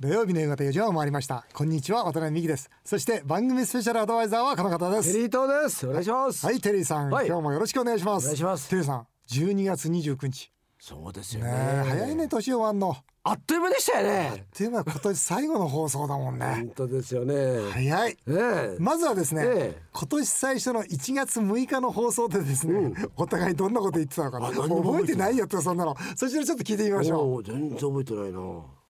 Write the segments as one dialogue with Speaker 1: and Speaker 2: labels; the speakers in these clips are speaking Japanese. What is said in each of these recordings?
Speaker 1: 土曜日の夕方4時を回りましたこんにちは渡辺美希ですそして番組スペシャルアドバイザーはこの方で
Speaker 2: テ
Speaker 1: す
Speaker 2: リー東です。お願いします。
Speaker 1: はいテリーさん、
Speaker 2: はい
Speaker 1: 今日もよろしくお願いします
Speaker 2: お願いします
Speaker 1: テリーさん12月29日
Speaker 2: そうですよ
Speaker 1: ね
Speaker 2: ね。
Speaker 1: え早いね年終わんのっ
Speaker 2: あっという間でしたよね。
Speaker 1: ていうのは今年最後の放送だもんね
Speaker 2: 本当ですよね。
Speaker 1: 早い
Speaker 2: ええ
Speaker 1: まずはですね、
Speaker 2: ええ
Speaker 1: 今年最初の1月6日の放送でですね、お互いどんなこと言ってたのかな
Speaker 2: あ何も
Speaker 1: 覚えてないよってそんなのそちらちょっと聞いてみましょう
Speaker 2: おー全然覚えてないな。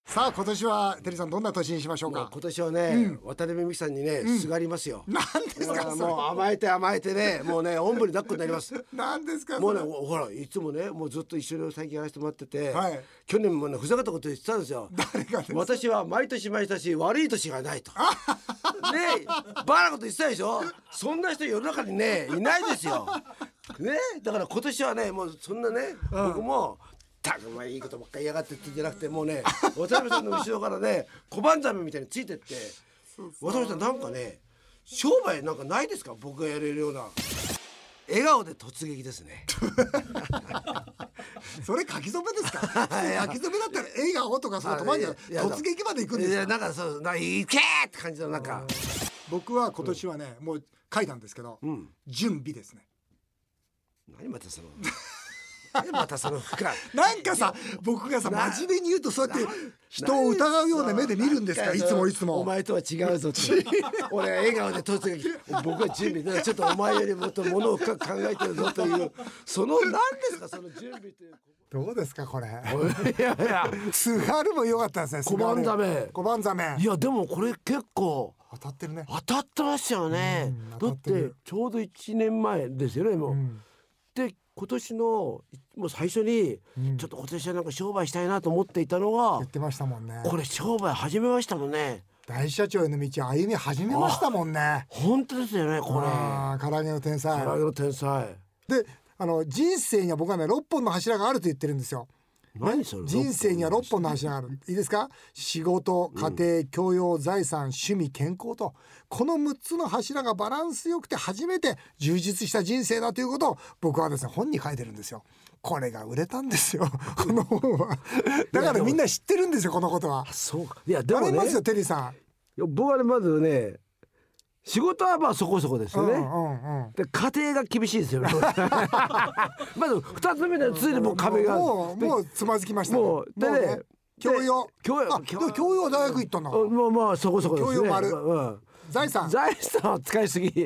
Speaker 1: さあ今年はテリーさんどんな年にしましょうか
Speaker 2: 今年はね、渡辺美樹さんにね、すがりますよ。
Speaker 1: 何です
Speaker 2: あ
Speaker 1: か
Speaker 2: ー
Speaker 1: それ
Speaker 2: もう甘えて甘えてね、もうね、おんぶに抱っこになります。
Speaker 1: 何ですかそ
Speaker 2: も
Speaker 1: う
Speaker 2: ね
Speaker 1: れ
Speaker 2: ほほらいつもねもうずっと一緒に最近やらせてもらってて、
Speaker 1: はい
Speaker 2: 去年もねふざけたこと言ってたんですよ
Speaker 1: 誰がですか
Speaker 2: 私は毎年毎年悪い年がないとねバカなこと言ってたでしょそんな人世の中にねいないですよねだから今年はねもうそんなね、僕もたくまいいことばっかり言いやがってって言うんじゃなくてもうね渡辺さんの後ろからね小判ザメみたいについてって渡辺さんなんかね商売なんかないですか僕がやれるような笑顔で突撃ですね
Speaker 1: それ書き初めですか 書き初めだったら笑顔とかその止まんじゃない
Speaker 2: いやいや
Speaker 1: 突撃まで行くんで
Speaker 2: い
Speaker 1: す
Speaker 2: や
Speaker 1: か
Speaker 2: なんかそうなんか行けーって感じのなんか
Speaker 1: 僕は今年はねもう書いたんですけど
Speaker 2: ん
Speaker 1: 準備ですね
Speaker 2: 何またその 何またその服か
Speaker 1: なんかさ僕がさ
Speaker 2: な
Speaker 1: 真面目に言うとそうやって人を疑うような目で見るんですからいつもいつ
Speaker 2: お
Speaker 1: も
Speaker 2: 前とは違 うぞって俺は笑顔で突撃僕は準備だからちょっとお前よりもっとものを深く考えてるぞというその何ですかその準備という
Speaker 1: どうですかこれ
Speaker 2: いやいや
Speaker 1: スガルも良かったですね
Speaker 2: 小判ザメ
Speaker 1: 小判ザメ
Speaker 2: いやでもこれ結構
Speaker 1: 当たってるね
Speaker 2: 当たってましたよ
Speaker 1: う
Speaker 2: ね
Speaker 1: ん
Speaker 2: だ
Speaker 1: 当た
Speaker 2: っ
Speaker 1: ってる
Speaker 2: てちょうど1年前ですよねもう、
Speaker 1: うん
Speaker 2: で今年のもう最初に
Speaker 1: うん
Speaker 2: ちょっと今年はなんか商売したいなと思っていたのが、
Speaker 1: 言ってましたもんね
Speaker 2: これ商売始めましたもんね
Speaker 1: 大社長への道を歩み始めましたもんね
Speaker 2: 本当ですよねこれ
Speaker 1: あー唐揚げの天才
Speaker 2: 唐揚げの天才
Speaker 1: であの人生には僕はね6本の柱があると言ってるんですよ
Speaker 2: 何それ
Speaker 1: 人生には6本の柱があるいいですか仕事家庭教養財産趣味健康とこの6つの柱がバランスよくて初めて充実した人生だということを僕はですね本に書いてるんですよこれが売れたんです よこの本はだからみんな知ってるんですよこのことは
Speaker 2: そうかいやで
Speaker 1: あ
Speaker 2: も
Speaker 1: りま
Speaker 2: ね
Speaker 1: すよテリーさん
Speaker 2: いや僕はねまずね仕事はまあそこそこです
Speaker 1: う
Speaker 2: よ
Speaker 1: ん
Speaker 2: ね、
Speaker 1: うんうん
Speaker 2: で家庭が厳しいです よねまず二つ目のついでもう壁が
Speaker 1: もうもうつまずきました
Speaker 2: もうでね
Speaker 1: ね教養
Speaker 2: 教養
Speaker 1: あでも教養大学行ったんだ
Speaker 2: あもうまあそこそこですね
Speaker 1: 教養丸
Speaker 2: うん
Speaker 1: 財産
Speaker 2: 財産を使いす ぎ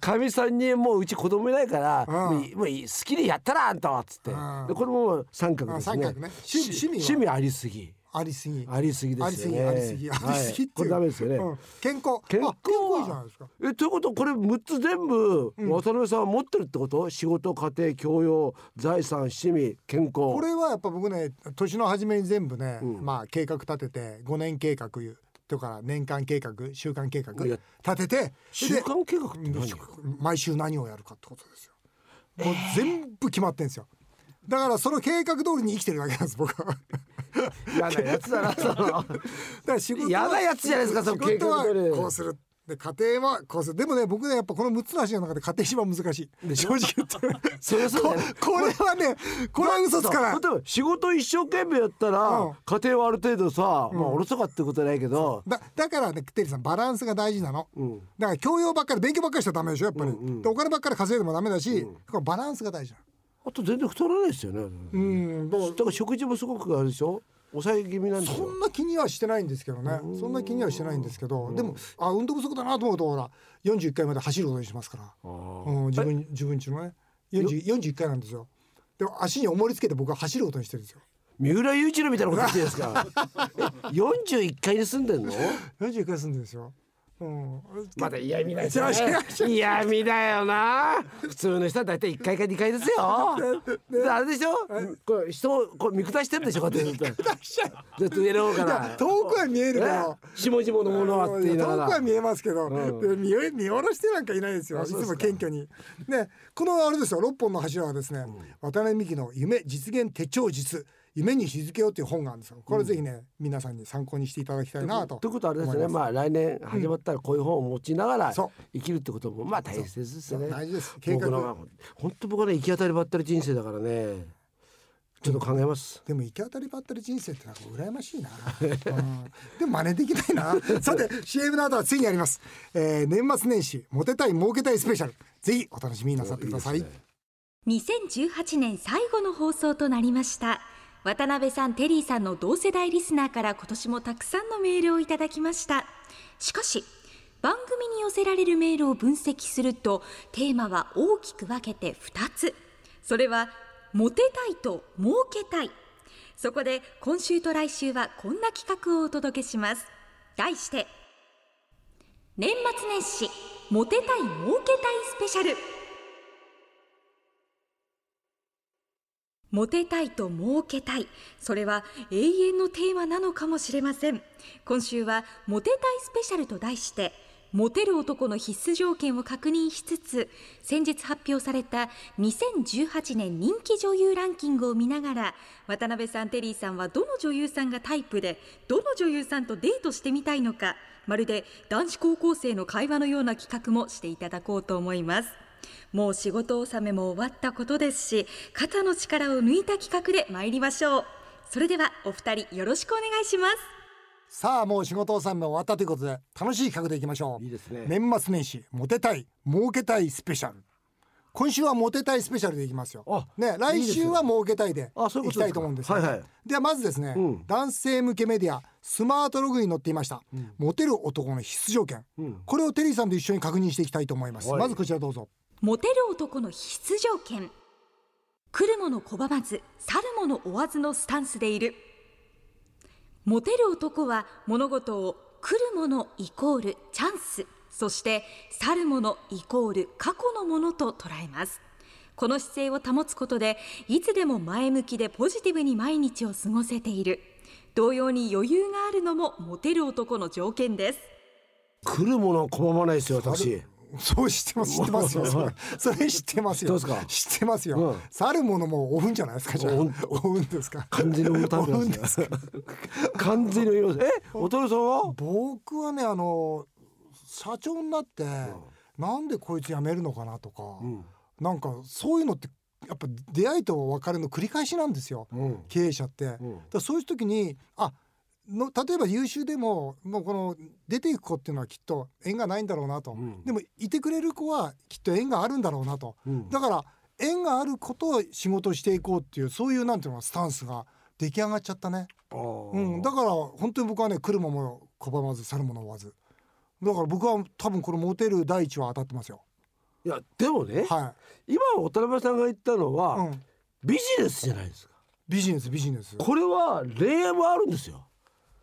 Speaker 2: かみさんに「もううち子供いないから、
Speaker 1: うん
Speaker 2: もういもういい好きでやったらあんたは」っつって、
Speaker 1: うん
Speaker 2: でこれも三角ですね
Speaker 1: あ三角ね趣味
Speaker 2: し
Speaker 1: 趣味は
Speaker 2: 趣味ありすぎ
Speaker 1: ありすぎ
Speaker 2: ありすぎ
Speaker 1: あ
Speaker 2: で
Speaker 1: り
Speaker 2: す
Speaker 1: す
Speaker 2: よ
Speaker 1: ぎ
Speaker 2: ね
Speaker 1: ありすぎありすぎっていう
Speaker 2: はい、これダメですよね、
Speaker 1: うん健康
Speaker 2: 健康は
Speaker 1: あ健康いいじゃないですか
Speaker 2: えということはこれ6つ全部渡辺さんは持ってるってこと、仕事家庭教養財産趣味健康
Speaker 1: これはやっぱ僕ね年の初めに全部ね、まあ計画立てて5年計画とか年間計画週間計画
Speaker 2: いや
Speaker 1: 立てて
Speaker 2: 習
Speaker 1: で
Speaker 2: 慣計画って何
Speaker 1: 毎週何をやるかってことですよもう全部決まってんですよだからその計画通りに生きてるだけなんです僕は
Speaker 2: 嫌なやつだなその
Speaker 1: だから仕事は
Speaker 2: やだやつじゃないですかその
Speaker 1: 仕事は
Speaker 2: 計画通り
Speaker 1: こうするで家庭はこうするでもね僕ねやっぱこの6つの足の中で家庭一番難しい正直言 って
Speaker 2: そりゃそうだよね
Speaker 1: こ れはねこれは嘘つかない
Speaker 2: 例えば仕事一生懸命やったら、
Speaker 1: うん
Speaker 2: 家庭はある程度さ、まあおろそかってことはないけど、
Speaker 1: だだからねテリーさんバランスが大事なの、だから教養ばっかり勉強ばっかりしちゃダメでしょやっぱり、でお金ばっかり稼いでもダメだし、これバランスが大事な
Speaker 2: あと全然太らないですよね、
Speaker 1: のうんだから
Speaker 2: だから食事もすごくあれでしょ抑え気味なんです
Speaker 1: そ
Speaker 2: よ
Speaker 1: んな気にはしてないんですけどねそんな気にはしてないんですけどでもあ運動不足だなと思うとほら41回まで走ることにしますから、うん、自分自分ちのね40 41回なんですよでも足に重りつけて僕は走ることにしてるんですよ
Speaker 2: 三浦雄一郎みたいなこと言ってるんですかえ41階に住んでんの
Speaker 1: 41回するんですよ、うん、
Speaker 2: まだ嫌味ない
Speaker 1: 違う違
Speaker 2: 嫌味だよな普通の人は大体1階か2階ですよであれでしょこれ人をこう見下してるんでしょこうやってずっとずっと上の方か
Speaker 1: いや
Speaker 2: ら
Speaker 1: 遠くは見えるから
Speaker 2: え下々のものはって言いなが
Speaker 1: 遠くは
Speaker 2: ら
Speaker 1: 見えますけど、で見え見下ろしてなんかいないですよいつも謙虚にねこのあれですよ6本の柱はですね、渡辺美樹の「夢実現手帳術夢に日付を」っていう本があるんですよこれぜひね、皆さんに参考にしていただきたいなと
Speaker 2: ということはあれですよねまあ来年始まったらこういう本を持ちながら
Speaker 1: そ
Speaker 2: 生
Speaker 1: う
Speaker 2: きるってこともまあ大切ですよね
Speaker 1: そう大事です計画
Speaker 2: 僕の本当僕はね行き当たりばったり人生だからねちょっと考えます。
Speaker 1: でも行き当たりばったり人生ってなんか羨ま しいな、うんでも真似できないなさて CM の後はついにあります、えー年末年始モテたい儲けたいスペシャルぜひお楽しみになさってください
Speaker 2: いいですね
Speaker 3: 2018年最後の放送となりました渡辺さんテリーさんの同世代リスナーから今年もたくさんのメールをいただきましたしかし番組に寄せられるメールを分析するとテーマは大きく分けて2つそれはモテたいと儲けたいそこで今週と来週はこんな企画をお届けします題して年末年始モテたい儲けたいスペシャルモテたいと儲けたいそれは永遠のテーマなのかもしれません今週は「モテたいスペシャル」と題してモテる男の必須条件を確認しつつ先日発表された2018年人気女優ランキングを見ながら渡辺さんテリーさんはどの女優さんがタイプでどの女優さんとデートしてみたいのかまるで男子高校生の会話のような企画もしていただこうと思いますもう仕事納めも終わったことですし肩の力を抜いた企画で参りましょうそれではお二人よろしくお願いします
Speaker 1: さあもう仕事納め終わったということで楽しい企画でいきましょう
Speaker 2: いいですね
Speaker 1: 年末年始モテたい儲けたいスペシャル今週はモテたいスペシャルでいきますよ
Speaker 2: あ。
Speaker 1: ね、来週は儲けたいで
Speaker 2: あそういう
Speaker 1: いき
Speaker 2: ことですか
Speaker 1: たいと思うんですよね、
Speaker 2: はいはい
Speaker 1: ではまずですね、
Speaker 2: うん
Speaker 1: 男性向けメディアスマートログに載っていました、モテる男の必須条件、
Speaker 2: ん
Speaker 1: これをテリーさんと一緒に確認していきたいと思います、
Speaker 2: はい
Speaker 1: まずこちらどうぞ
Speaker 3: モテる男の必須条件来る者拒まず去る者追わずのスタンスでいるモテる男は物事を来る者イコールチャンスそして去る者イコール過去のものと捉えますこの姿勢を保つことでいつでも前向きでポジティブに毎日を過ごせている同様に余裕があるのもモテる男の条件です
Speaker 2: 来るものを拒まないですよ私
Speaker 1: そう知ってます知ってます よそれそれ知ってますよ
Speaker 2: どうですか
Speaker 1: 知ってますよ、
Speaker 2: うん
Speaker 1: 去るものも追うんじゃないですかじゃあ
Speaker 2: 追う
Speaker 1: 追
Speaker 2: ん
Speaker 1: うんですか
Speaker 2: 完全に思った
Speaker 1: 追うんん
Speaker 2: で
Speaker 1: です
Speaker 2: す完全に思いますえお父さんは
Speaker 1: 僕はねあの社長になって、なんでこいつ辞めるのかなとか、なんかそういうのってやっぱ出会いと別れの繰り返しなんですよ、
Speaker 2: うん
Speaker 1: 経営者って。だからそういう時にあの例えば優秀でももうこの出ていく子っていうのはきっと縁がないんだろうなと、
Speaker 2: ん
Speaker 1: でもいてくれる子はきっと縁があるんだろうなと、
Speaker 2: うん
Speaker 1: だから縁があることを仕事していこうっていうそういうなんていうのスタンスが出来上がっちゃったね。
Speaker 2: あー
Speaker 1: うん、だから本当に僕はね来るものを拒まず去るものを追わずだから僕は多分このモテる第一は当たってますよ
Speaker 2: いやでもね
Speaker 1: は
Speaker 2: 今渡辺さんが言ったの
Speaker 1: い、う
Speaker 2: は
Speaker 1: ん、
Speaker 2: ビジネスじゃないですか
Speaker 1: ビジネスビジネス
Speaker 2: これは恋愛もあるんですよ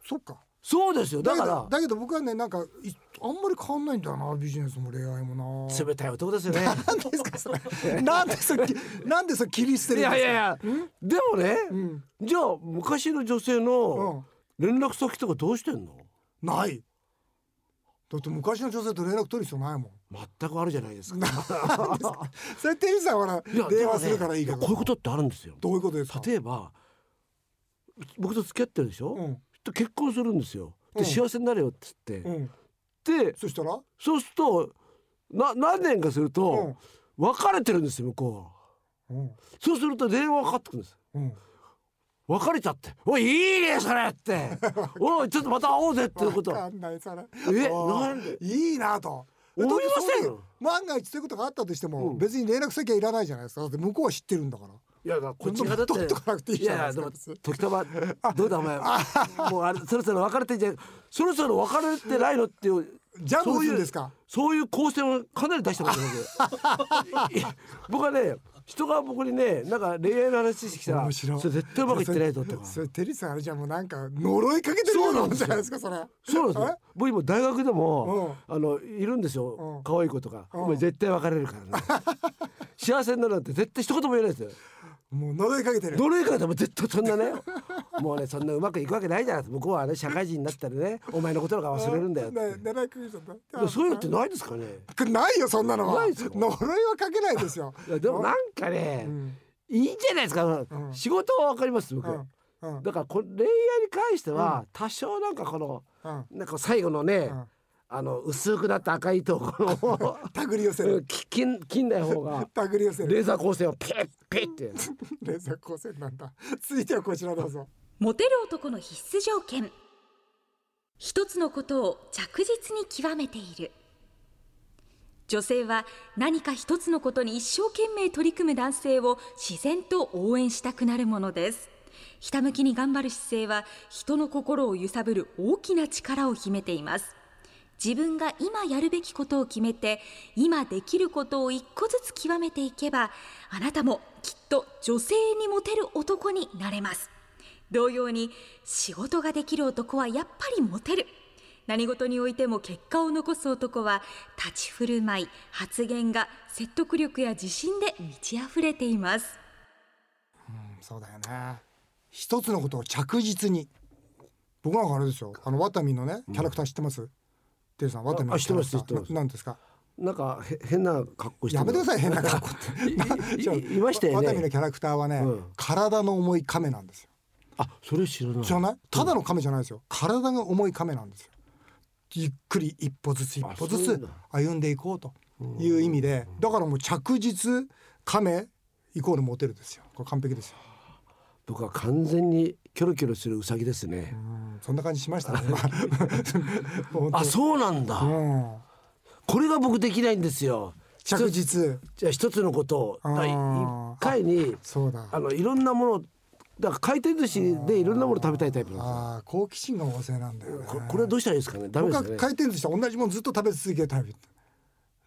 Speaker 1: そっか
Speaker 2: そうですよだか
Speaker 1: け
Speaker 2: ら
Speaker 1: どだけど僕はねなんかいあんまり変わんないんだよなビジネスも恋愛もな
Speaker 2: 冷たい男ですよね
Speaker 1: なんですかそれ なんでそれなんでそれ切り捨て
Speaker 2: い
Speaker 1: るんですか
Speaker 2: やいやいやでもね
Speaker 1: うん
Speaker 2: じゃあ昔の女性の連絡先とかどうしてんの
Speaker 1: ないだって昔の女性と連絡取る必要ないもん
Speaker 2: 全くあるじゃないですか
Speaker 1: なんですかそれテリーさんはな電話するからいいけ
Speaker 2: や
Speaker 1: ど
Speaker 2: こういうことってあるんですよ
Speaker 1: どういうことですか
Speaker 2: 例えば僕と付き合ってるでしょ、
Speaker 1: うん
Speaker 2: と結婚するんですよで、
Speaker 1: うん
Speaker 2: 幸せになれよっつって、
Speaker 1: うん
Speaker 2: で
Speaker 1: そしたら
Speaker 2: そうするとな何年かすると、別れてるんですよ向こうは
Speaker 1: うん
Speaker 2: そうすると電話がかかってくるんです
Speaker 1: うん
Speaker 2: 別れちゃって「おいいいねそれ!」って 「おいちょっとまた会おうぜ」っていうこと
Speaker 1: わかんないそれ
Speaker 2: え
Speaker 1: おー
Speaker 2: なんで
Speaker 1: いいなと
Speaker 2: 思いません
Speaker 1: だってそ
Speaker 2: よ
Speaker 1: ういう万が一そういうことがあったとしても、
Speaker 2: うん
Speaker 1: 別に連絡先はいらないじゃないですかだって向こうは知ってるんだから
Speaker 2: いやだからこっちがだって
Speaker 1: 取っとかなくていいじゃない
Speaker 2: や
Speaker 1: ですか
Speaker 2: やも時たまどうだお前もうあれそろそろ別れてん じゃんそろそろ別れてないのっていう
Speaker 1: ジャブ打つんですか
Speaker 2: そういう光線をかなり出してますよ僕 いや僕はね人が僕にねなんか恋愛の話してきたら
Speaker 1: 面
Speaker 2: そ
Speaker 1: 白
Speaker 2: れ
Speaker 1: い
Speaker 2: 絶対うまくいってないぞとか
Speaker 1: それテリーさんあれじゃんもうなんか呪いかけてるようなもんじゃないですかそれ
Speaker 2: そうなんですよ僕今大学でも
Speaker 1: う
Speaker 2: あのいるんです
Speaker 1: う
Speaker 2: よ
Speaker 1: ん
Speaker 2: 可愛い子とかお前絶対別れるか らね幸せになるなんて絶対一言も言えないですよ
Speaker 1: えもう呪いかけてる
Speaker 2: どれかでも絶対そんな ねもうねそんなうまくいくわけないじゃない向こうはね社会人になったらねお前のことなんか忘れるんだよって
Speaker 1: ね狙いかけちゃった
Speaker 2: そういうのってないですかね
Speaker 1: くないよそんなのは
Speaker 2: ないですか
Speaker 1: 呪いはかけないです よ
Speaker 2: いやでもなんかね、いいじゃないですか、
Speaker 1: ん
Speaker 2: 仕事はわかります僕、
Speaker 1: うんうん
Speaker 2: だからこれ恋愛に関しては多少なんかこの、
Speaker 1: うん
Speaker 2: なんか最後のね、
Speaker 1: ん
Speaker 2: あの薄くなった赤い糸をこ の
Speaker 1: 手繰り寄せ
Speaker 2: うん
Speaker 1: る
Speaker 2: き切ん切んない 方が
Speaker 1: 手繰り寄せる
Speaker 2: レーザー光線をピッピッって
Speaker 1: レーザー光線なんだ続いてはこちらどうぞ
Speaker 3: モテる男の必須条件一つのことを着実に極めている女性は何か一つのことに一生懸命取り組む男性を自然と応援したくなるものですひたむきに頑張る姿勢は人の心を揺さぶる大きな力を秘めています自分が今やるべきことを決めて今できることを一個ずつ極めていけばあなたもきっと女性にモテる男になれます同様に仕事ができる男はやっぱりモテる何事においても結果を残す男は立ち振る舞い発言が説得力や自信で満ち溢れています
Speaker 1: そうだよね一つのことを着実に僕なんかあれですよあのワタミのねキャラクター知ってます、テルさんワタミの
Speaker 2: あ知ってます
Speaker 1: キャラクター
Speaker 2: 知ってます
Speaker 1: ななんですか
Speaker 2: なんかへ変な格好して
Speaker 1: やめてくださ
Speaker 2: い
Speaker 1: い変な格好ってな
Speaker 2: てい
Speaker 1: ちょ
Speaker 2: いましたよ
Speaker 1: ワ
Speaker 2: ね
Speaker 1: タミのキャラクターはね、
Speaker 2: うん
Speaker 1: 体の重い亀なんですよ
Speaker 2: あそれ知らない
Speaker 1: 知らないただの亀じゃないですよ体が重い亀なんですよゆっくり一歩ずつ一歩ず
Speaker 2: あそう
Speaker 1: つ
Speaker 2: なんだ
Speaker 1: 歩んでいこうという意味でだからもう着実亀イコールモテるですよこれ完璧ですよ
Speaker 2: 僕は完全にキョロキョロするウサギですね
Speaker 1: そんな感じしましたね今本当
Speaker 2: あそうなんだ、
Speaker 1: うん
Speaker 2: これが僕できないんですよ
Speaker 1: 着実
Speaker 2: じゃあ一つのことを
Speaker 1: あー
Speaker 2: だから一回に
Speaker 1: そうだ
Speaker 2: あのいろんなものをだから回転寿司でいろんなもの食べたいタイプなん
Speaker 1: あー好奇心が旺盛なんだよね
Speaker 2: ですよここれはどうしたらいいですかねダメ
Speaker 1: 僕
Speaker 2: で
Speaker 1: は
Speaker 2: すか
Speaker 1: 回
Speaker 2: ね
Speaker 1: 転寿司と同じものずっと食べ続けるタイプ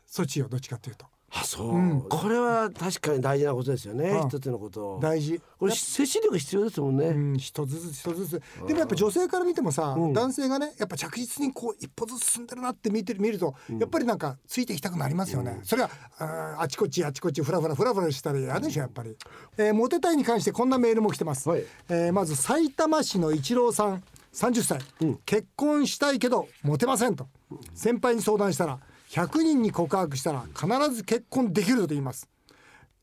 Speaker 1: そっちよどっちかっていうと
Speaker 2: あそう、
Speaker 1: うん
Speaker 2: これは確かに大事なことですよね
Speaker 1: うん
Speaker 2: 一つのことを
Speaker 1: 大事
Speaker 2: これ摂取力必要ですもんね、
Speaker 1: うん、一つずつ一つずつでもやっぱ女性から見てもさ、男性がねやっぱ着実にこう一歩ずつ進んでるなって見てる見ると、やっぱりなんかついていきたくなりますよね、それはあーあちこちあちこちフラフラフラフラしたら嫌でしょやっぱり、えーモテたいに関してこんなメールも来てます、
Speaker 2: はい
Speaker 1: えーまず埼玉市の一郎さん30歳、結婚したいけどモテませんと先輩に相談したら100人に告白したら必ず結婚できると言います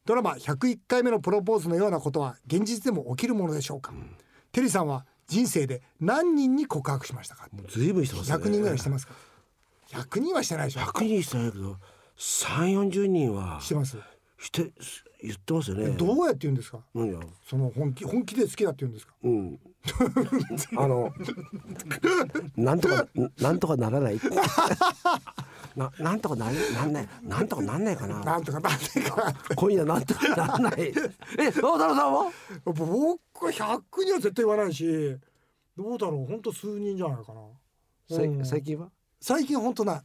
Speaker 1: ドラマ101回目のプロポーズのようなことは現実でも起きるものでしょうか、テリーさんは人生で何人に告白しましたか
Speaker 2: ずいぶんしてますね
Speaker 1: 100人ぐらいしてますか100人はしてないでしょ
Speaker 2: 100人してないけど3四4 0人は
Speaker 1: してます
Speaker 2: して言ってますよね
Speaker 1: どうやって言うんですか
Speaker 2: 何が
Speaker 1: その本気本気で好きだって言うんですか
Speaker 2: うん あのなんとかなんとかならない ななんとかなりなんないなんとかなんないかな
Speaker 1: なんとかなんていうか
Speaker 2: 今夜なんとかならない え大太郎さんは
Speaker 1: 僕は100人は絶対言わないしどうだろう本当数人じゃないかな
Speaker 2: さ
Speaker 1: うん
Speaker 2: 最近は
Speaker 1: 最近本当ない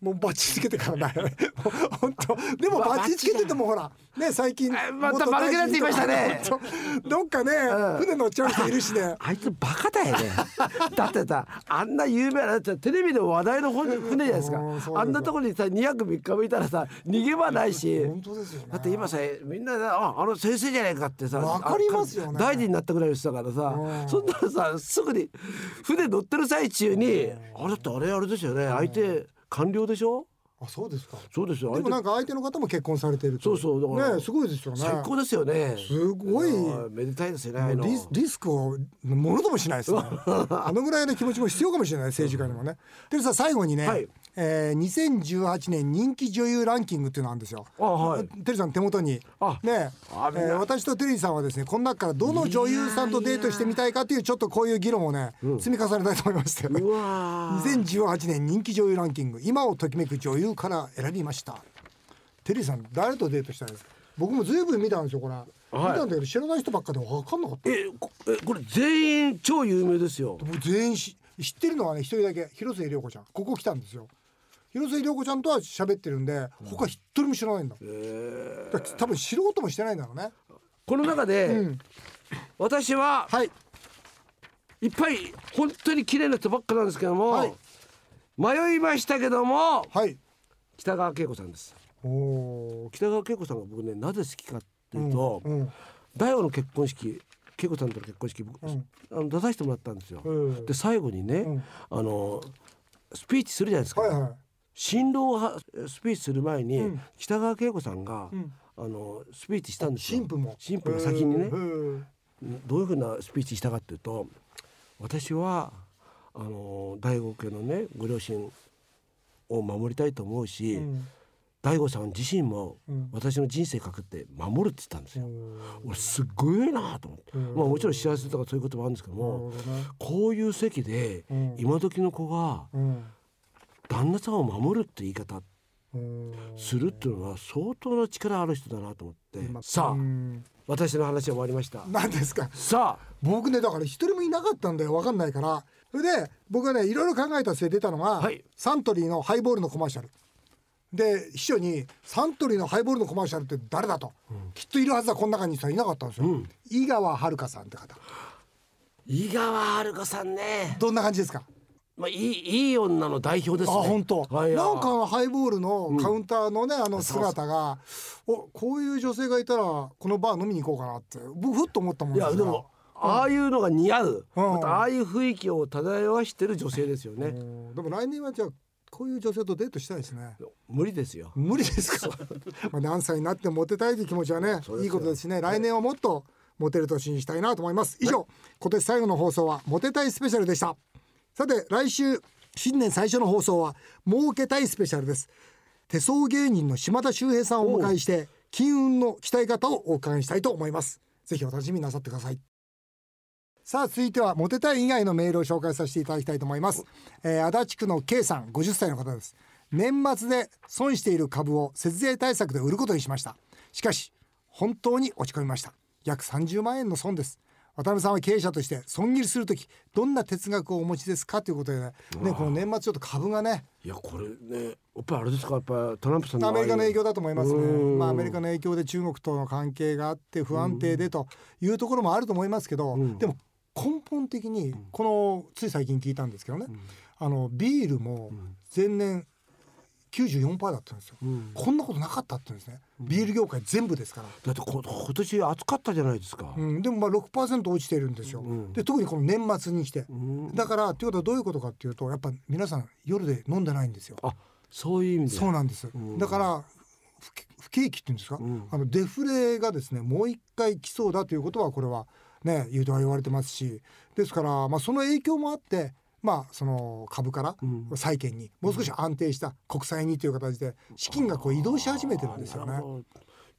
Speaker 1: もうバッチつけてからない 本当でも
Speaker 2: バ
Speaker 1: バッチつけててもほらね最近
Speaker 2: えまた
Speaker 1: 元
Speaker 2: 丸くなって言いましたね
Speaker 1: ほんとどっかね、船乗っちゃう人いるし ね
Speaker 2: あいつバカだよね だってさあんな有名なだってテレビで話題の船船じゃないです
Speaker 1: あーそうです
Speaker 2: か
Speaker 1: よ
Speaker 2: あんなところにさ2泊3日もいたらさ逃げ場ないし
Speaker 1: 本当ですよね
Speaker 2: だって今さみんなさああの先生じゃないかってさ
Speaker 1: わかりますよね
Speaker 2: あ大臣になったぐらいの人だから
Speaker 1: う
Speaker 2: さ
Speaker 1: ん
Speaker 2: そんなのさすぐに船乗ってる最中にあれってあれあれですよね相手官僚でしょ
Speaker 1: あそうですか
Speaker 2: そうですよ
Speaker 1: でもな
Speaker 2: 相
Speaker 1: ん
Speaker 2: 手
Speaker 1: か相手の方も結婚されてる
Speaker 2: そ
Speaker 1: と
Speaker 2: うそうだから
Speaker 1: ねすごいですよね
Speaker 2: 最高ですよね
Speaker 1: すごい
Speaker 2: あーめでたいですよねああいうの
Speaker 1: リスリスクをものともしない ですねあのぐらいの気持ちも必要かもしれない政治家にもねでさ最後にね、
Speaker 2: はい
Speaker 1: えー2018年人気女優ランキングっていうのあるんですよ
Speaker 2: あはい
Speaker 1: テリーさん手元に
Speaker 2: あ
Speaker 1: ね
Speaker 2: あ
Speaker 1: え
Speaker 2: みん
Speaker 1: ー
Speaker 2: な
Speaker 1: 私とテリーさんはですねこの中からどの女優さんとデートしてみたいかっていうちょっとこういう議論をね、積み重ねたいと思いまして
Speaker 2: うわー
Speaker 1: 2018年人気女優ランキング今をときめく女優から選びましたテリーさん誰とデートしたいですか僕もずいぶん見たんですよこれ、見たんだけど知らない人ばっかで分かんなかった
Speaker 2: えこえこれ全員超有名ですよ
Speaker 1: もう全員し知ってるのはね一人だけ広末涼子ちゃんここ来たんですよ広末涼子ちゃんとは喋ってるんで他一人も知らないんだ,、だから多分素人もしてないんだろうね
Speaker 2: この中で、
Speaker 1: うん
Speaker 2: 私は
Speaker 1: はい
Speaker 2: いっぱい本当に綺麗な人ばっかなんですけども、
Speaker 1: はい
Speaker 2: 迷いましたけども
Speaker 1: はい
Speaker 2: 北川景子さんです
Speaker 1: おお
Speaker 2: 北川景子さんが僕ねなぜ好きかっていうと、
Speaker 1: うん
Speaker 2: 大悟の結婚式恵子さんとの結婚式僕、
Speaker 1: ん
Speaker 2: あの出させてもらったんですよ、
Speaker 1: うん
Speaker 2: で最後にね、
Speaker 1: ん
Speaker 2: あのスピーチするじゃないですか、
Speaker 1: はいは
Speaker 2: 新郎はスピーチする前に、
Speaker 1: うん
Speaker 2: 北川景子さんが、
Speaker 1: ん
Speaker 2: あのスピーチしたん
Speaker 1: い
Speaker 2: ですよ
Speaker 1: 新婦も
Speaker 2: 新婦が先にね、
Speaker 1: うんうん
Speaker 2: どういうふうなスピーチしたかっていうと私はあの大悟家のねご両親を守りたいと思うし、
Speaker 1: うん
Speaker 2: 大悟さん自身も
Speaker 1: うん
Speaker 2: 私の人生かけて守るって言ったんですよ。
Speaker 1: うん
Speaker 2: 俺すごいなと思って、
Speaker 1: うん
Speaker 2: まあもちろん幸せとかそういうこともあるんですけども、こういう席で
Speaker 1: うん
Speaker 2: 今時の子が
Speaker 1: うん
Speaker 2: 旦那さんを守るって言い方
Speaker 1: うん
Speaker 2: するっていうのは相当な力ある人だなと思って、
Speaker 1: ま
Speaker 2: さあ、
Speaker 1: うん
Speaker 2: 私の話は終わりました。
Speaker 1: 何ですか
Speaker 2: さあ
Speaker 1: 僕ねだから一人もいなかったんだよ分かんないからそれで僕はねいろいろ考えた末出たのが、
Speaker 2: はい
Speaker 1: サントリーのハイボールのコマーシャルで秘書に「サントリーのハイボールのコマーシャルって誰だと」きっといるはずだこの中にさいなかったんですよ、井川遥さんって方
Speaker 2: 井川春子さんね、
Speaker 1: どんな感じですか
Speaker 2: まあ、いいいい女の代表です
Speaker 1: あ
Speaker 2: ね。
Speaker 1: 本当。
Speaker 2: はい
Speaker 1: なんかハイボールのカウンターのね、あの姿がおこういう女性がいたらこのバー飲みに行こうかなって僕ふっと思ったもん
Speaker 2: い
Speaker 1: ですか
Speaker 2: や
Speaker 1: ら
Speaker 2: でも、ああいうのが似合う、
Speaker 1: うん
Speaker 2: またああいう雰囲気を漂わしてる女性ですよね、
Speaker 1: うんでも来年はじゃあこういう女性とデートしたいですね
Speaker 2: 無理ですよ
Speaker 1: 無理ですかまあ何歳になってもモテたいという気持ちはね
Speaker 2: そうですよ
Speaker 1: いいことですしね来年はもっとモテる年にしたいなと思います以上、今年最後の放送はモテたいスペシャルでしたさて来週新年最初の放送は儲けたいスペシャルです手相芸人の島田秀平さんをお迎えして金運の鍛え方をお伺いしたいと思いますぜひお楽しみになさってくださいさあ続いてはモテたい以外のメールを紹介させていただきたいと思います、えー、足立区の K さん50歳の方です年末で損している株を節税対策で売ることにしましたしかし本当に落ち込みました約30万円の損です渡辺さんは経営者として損切りするときどんな哲学をお持ちですかということでねねこの年末ちょっと株がね
Speaker 2: いやこれねやっぱりあれですかやっぱトランプさん
Speaker 1: アメリカの影響
Speaker 2: だ
Speaker 1: だと思いますね、
Speaker 2: うん
Speaker 1: まあ、アメリカの影響で中国との関係があって不安定でというところもあると思いますけど、
Speaker 2: ん
Speaker 1: でも根本的にこのつい最近聞いたんですけどね、あのビールも前年94%だったんですよ、
Speaker 2: ん
Speaker 1: こんなことなかったって言うんですねビール業界全部ですから、
Speaker 2: だってこ今年暑かったじゃないですか、
Speaker 1: うん、でもまあ6%落ちてるんですよ、
Speaker 2: うん
Speaker 1: で特にこの年末に来て、
Speaker 2: ん
Speaker 1: だからということはどういうことかっていうとやっぱ皆さん夜で飲んでないんですよ
Speaker 2: あそういう意味で
Speaker 1: そうなんです。
Speaker 2: ん
Speaker 1: だから不景不景気っていうんですか、
Speaker 2: ん
Speaker 1: あのデフレがですねもう一回来そうだということはこれはね言うとは言われてますしですから、まあ、その影響もあって、まあ、その株から
Speaker 2: ん
Speaker 1: 債券にもう少し安定した国債にという形で資金がこう移動し始めてるんですよね。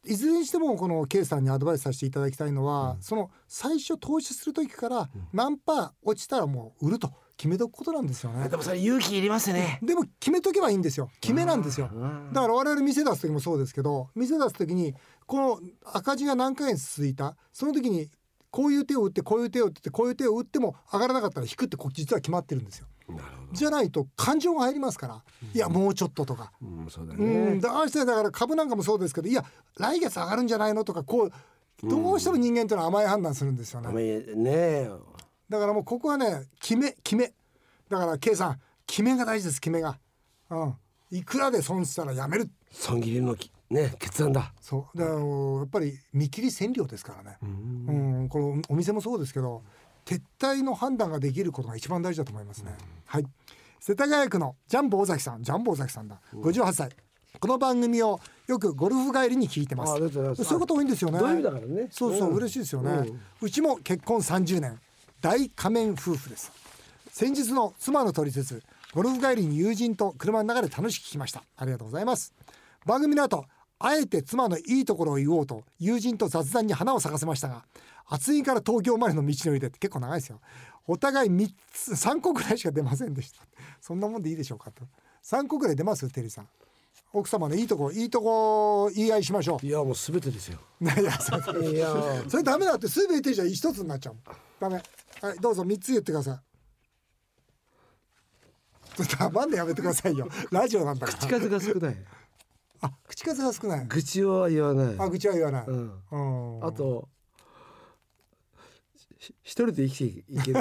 Speaker 1: いずれにしてもこの K さんにアドバイスさせていただきたいのは、その最初投資する時から何パー落ちたらもう売ると決めとくことなんですよね。
Speaker 2: でもそれ勇気いりますね
Speaker 1: でも決めとけばいいんですよ決めなんですよだから我々店出す時もそうですけど店出す時にこの赤字が何回続いたその時にこういう手を打ってこういう手を打ってこういう手を打っても上がらなかったら引くってこ実は決まってるんですよ
Speaker 2: なるほ
Speaker 1: じゃないと感情が入りますからいやもうちょっととか
Speaker 2: ど、うん、そうだ
Speaker 1: う
Speaker 2: ね、
Speaker 1: んだからだから株なんかもそうですけどいや来月上がるんじゃないのとかこうどうしても人間というのは甘い判断するんですよね
Speaker 2: ダメねえ
Speaker 1: だからもうここはね決め決めだから K さん決めが大事です決めがうんいくらで損したらやめる
Speaker 2: 損切りのきね決断だ
Speaker 1: そうだからもうやっぱり見切り線量ですからねうんこのお店もそうですけど撤退の判断ができることが一番大事だと思いますねはい世田谷区のジャンボ尾崎さんジャンボ尾崎さんだ58歳この番組をよくゴルフ帰りに聞いてます
Speaker 2: あありがとうございます
Speaker 1: そういうこと多いんですよね
Speaker 2: どういう意味だからね
Speaker 1: そうそう、
Speaker 2: うん
Speaker 1: 嬉しいですよね、
Speaker 2: うん
Speaker 1: うちも結婚30年大仮面夫婦です先日の妻の取説ゴルフ帰りに友人と車の中で楽しく聞きましたありがとうございます番組の後あえて妻のいいところを言おうと友人と雑談に花を咲かせましたが厚木から東京までの道のりでって結構長いですよお互い3つ3個くらいしか出ませんでしたそんなもんでいいでしょうかと3個くらい出ますテリーさん奥様のいいとこいいとこ言い合いしましょう
Speaker 2: いやもうすべてですよ
Speaker 1: いやそうそう
Speaker 2: いやー
Speaker 1: それダメだってすべてじゃ一つになっちゃうダメはいどうぞ三つ言ってくださいちょっと黙んでやめてくださいよラジオなんだか
Speaker 2: 口
Speaker 1: ら
Speaker 2: 数が少ない
Speaker 1: あ口数が少ない
Speaker 2: 愚痴は言わない
Speaker 1: あ口は言わない、う
Speaker 2: うんんあとし一人で生きてい ける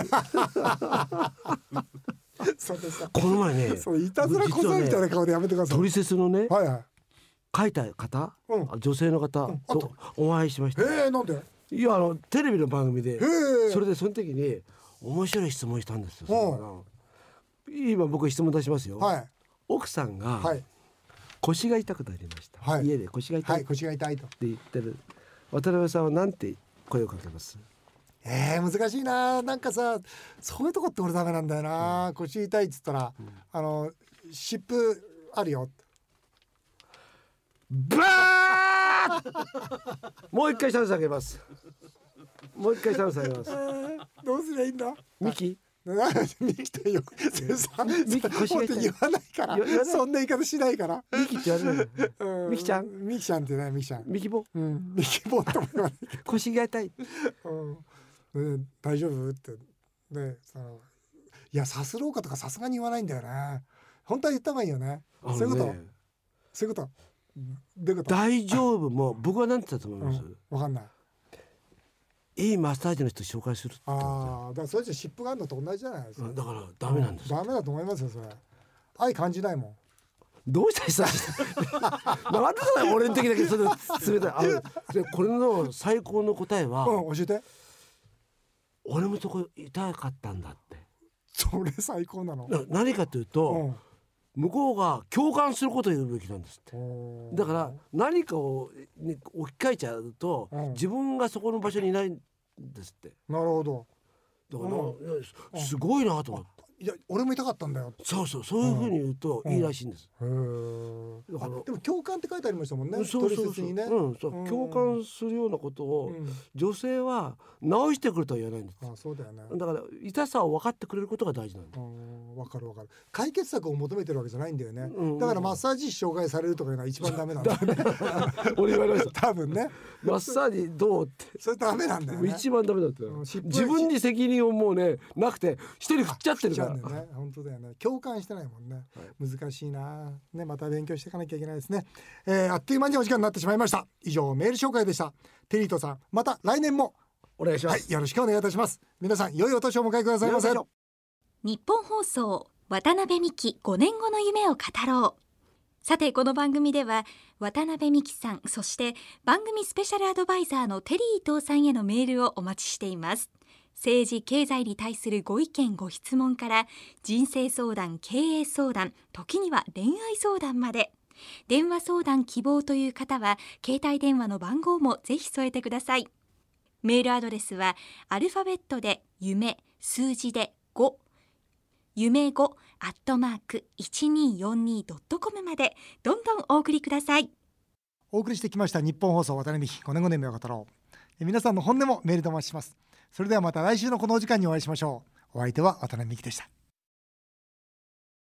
Speaker 1: そうですか
Speaker 2: この前 ね
Speaker 1: それいたずら小僧みたいな顔でやめてください、
Speaker 2: トリセツのね
Speaker 1: はいはい
Speaker 2: 書いた方、
Speaker 1: うん
Speaker 2: 女性の方
Speaker 1: あ
Speaker 2: とお会いしました
Speaker 1: えー、なんで
Speaker 2: いやあのテレビの番組で
Speaker 1: え
Speaker 2: それでその時に面白い質問したんです
Speaker 1: うん
Speaker 2: よその今僕質問出しますよ、
Speaker 1: はい
Speaker 2: 奥さんが
Speaker 1: はい
Speaker 2: 腰が痛くなりました、
Speaker 1: はい
Speaker 2: 家で腰が痛
Speaker 1: はいい
Speaker 2: って
Speaker 1: 腰が痛いと
Speaker 2: 言ってる、渡辺さんはなんて声をかけます
Speaker 1: えー、難しいななんかさそういうとこって俺ダメなんだよな、腰痛いっつったら、あの湿布あるよ
Speaker 2: バーッもう一回チャンスあげますもう一回チャンスあげます
Speaker 1: どうすりゃいいんだ
Speaker 2: ミキ
Speaker 1: なミキとよ先生
Speaker 2: ミキ腰が
Speaker 1: 本
Speaker 2: 痛
Speaker 1: 当
Speaker 2: い
Speaker 1: 言わないから
Speaker 2: 言わ言わない
Speaker 1: そんな言い方しないから
Speaker 2: ミキって言われるのよ
Speaker 1: う
Speaker 2: ミキちゃん
Speaker 1: ミキちゃんってねミキちゃん
Speaker 2: ミ キボ
Speaker 1: うんミキボーとも言わない
Speaker 2: 腰が痛い
Speaker 1: うんね大丈夫ってねそのいやさすろうかとかさすがに言わないんだよね本当は言った方がいいよねそういうこ
Speaker 2: あ
Speaker 1: と
Speaker 2: のね
Speaker 1: そういうことどういうこと
Speaker 2: 大丈夫も僕はなんて言ったと思います、
Speaker 1: わかんない
Speaker 2: いいマッサージの人紹介するって言ったん
Speaker 1: ああだからそれじゃ湿布があるのと同じじゃないです
Speaker 2: です
Speaker 1: か
Speaker 2: よだからダメなんです
Speaker 1: ダメだと思いますよそれ愛感じないもん
Speaker 2: どうしたりしたらなんでそれ俺の時だけそれ冷たいあのでこれの最高の答えは、
Speaker 1: うん教えて
Speaker 2: 俺もそこ痛かったんだって
Speaker 1: それ最高なの
Speaker 2: な何かというと、向こうが共感することを言うべきなんですって
Speaker 1: うん
Speaker 2: だから何かを、ね、置き換えちゃうと、
Speaker 1: うん
Speaker 2: 自分がそこの場所にいないんですって
Speaker 1: なるほど
Speaker 2: だから、
Speaker 1: う
Speaker 2: いやすすごいなと思って、
Speaker 1: いや俺も痛かったんだよ
Speaker 2: そうそうそういうふうに言うと
Speaker 1: うん
Speaker 2: いいらしいんです、
Speaker 1: へー
Speaker 2: だから
Speaker 1: あでも共感って書いてありましたもんね
Speaker 2: そうそう
Speaker 1: 取
Speaker 2: そう、
Speaker 1: 説にね
Speaker 2: うん、そう
Speaker 1: うん
Speaker 2: 共感するようなことを、
Speaker 1: うん
Speaker 2: 女性は直してくるとは言わないんです
Speaker 1: あそうだよね
Speaker 2: だから痛さを分かってくれることが大事なんだ
Speaker 1: う。んわかるわかる解決策を求めてるわけじゃないんだよね、
Speaker 2: うん
Speaker 1: だからマッサージ師紹介されるとかいうのは一番ダメなんだよ ね
Speaker 2: 俺言われまし
Speaker 1: 多分ね
Speaker 2: た。 マッサージどうって。
Speaker 1: それダメなんだよね
Speaker 2: 一番ダメだった
Speaker 1: う
Speaker 2: よ
Speaker 1: ん失敗
Speaker 2: 自分に責任をもうねなくて一人振っちゃってる
Speaker 1: ち
Speaker 2: か
Speaker 1: ゃ
Speaker 2: ら
Speaker 1: うんだよね本当だよね共感してないもんね、難しいなねまた勉強していかなきゃいけないですね、えーあっという間にお時間になってしまいました以上メール紹介でしたテリートさんまた来年も
Speaker 2: お願いしま
Speaker 1: はい
Speaker 2: す、
Speaker 1: よろしくお願いいたします皆さん良いお年をお迎えくださいませ
Speaker 2: よろしく
Speaker 3: 日本放送渡辺美希5年後の夢を語ろうさてこの番組では渡辺美希さんそして番組スペシャルアドバイザーのテリー伊藤さんへのメールをお待ちしています政治経済に対するご意見ご質問から人生相談経営相談時には恋愛相談まで電話相談希望という方は携帯電話の番号もぜひ添えてくださいメールアドレスはアルファベットで夢数字で5夢語アットマーク一二四二ドットコムまでどんどんお送りください。
Speaker 1: お送りしてきました日本放送渡辺美希5年5年目を語ろうえ皆さんの本音もメールでお待ちしますそれではまた来週のこのお時間にお会いしましょうお相手は渡辺美希でした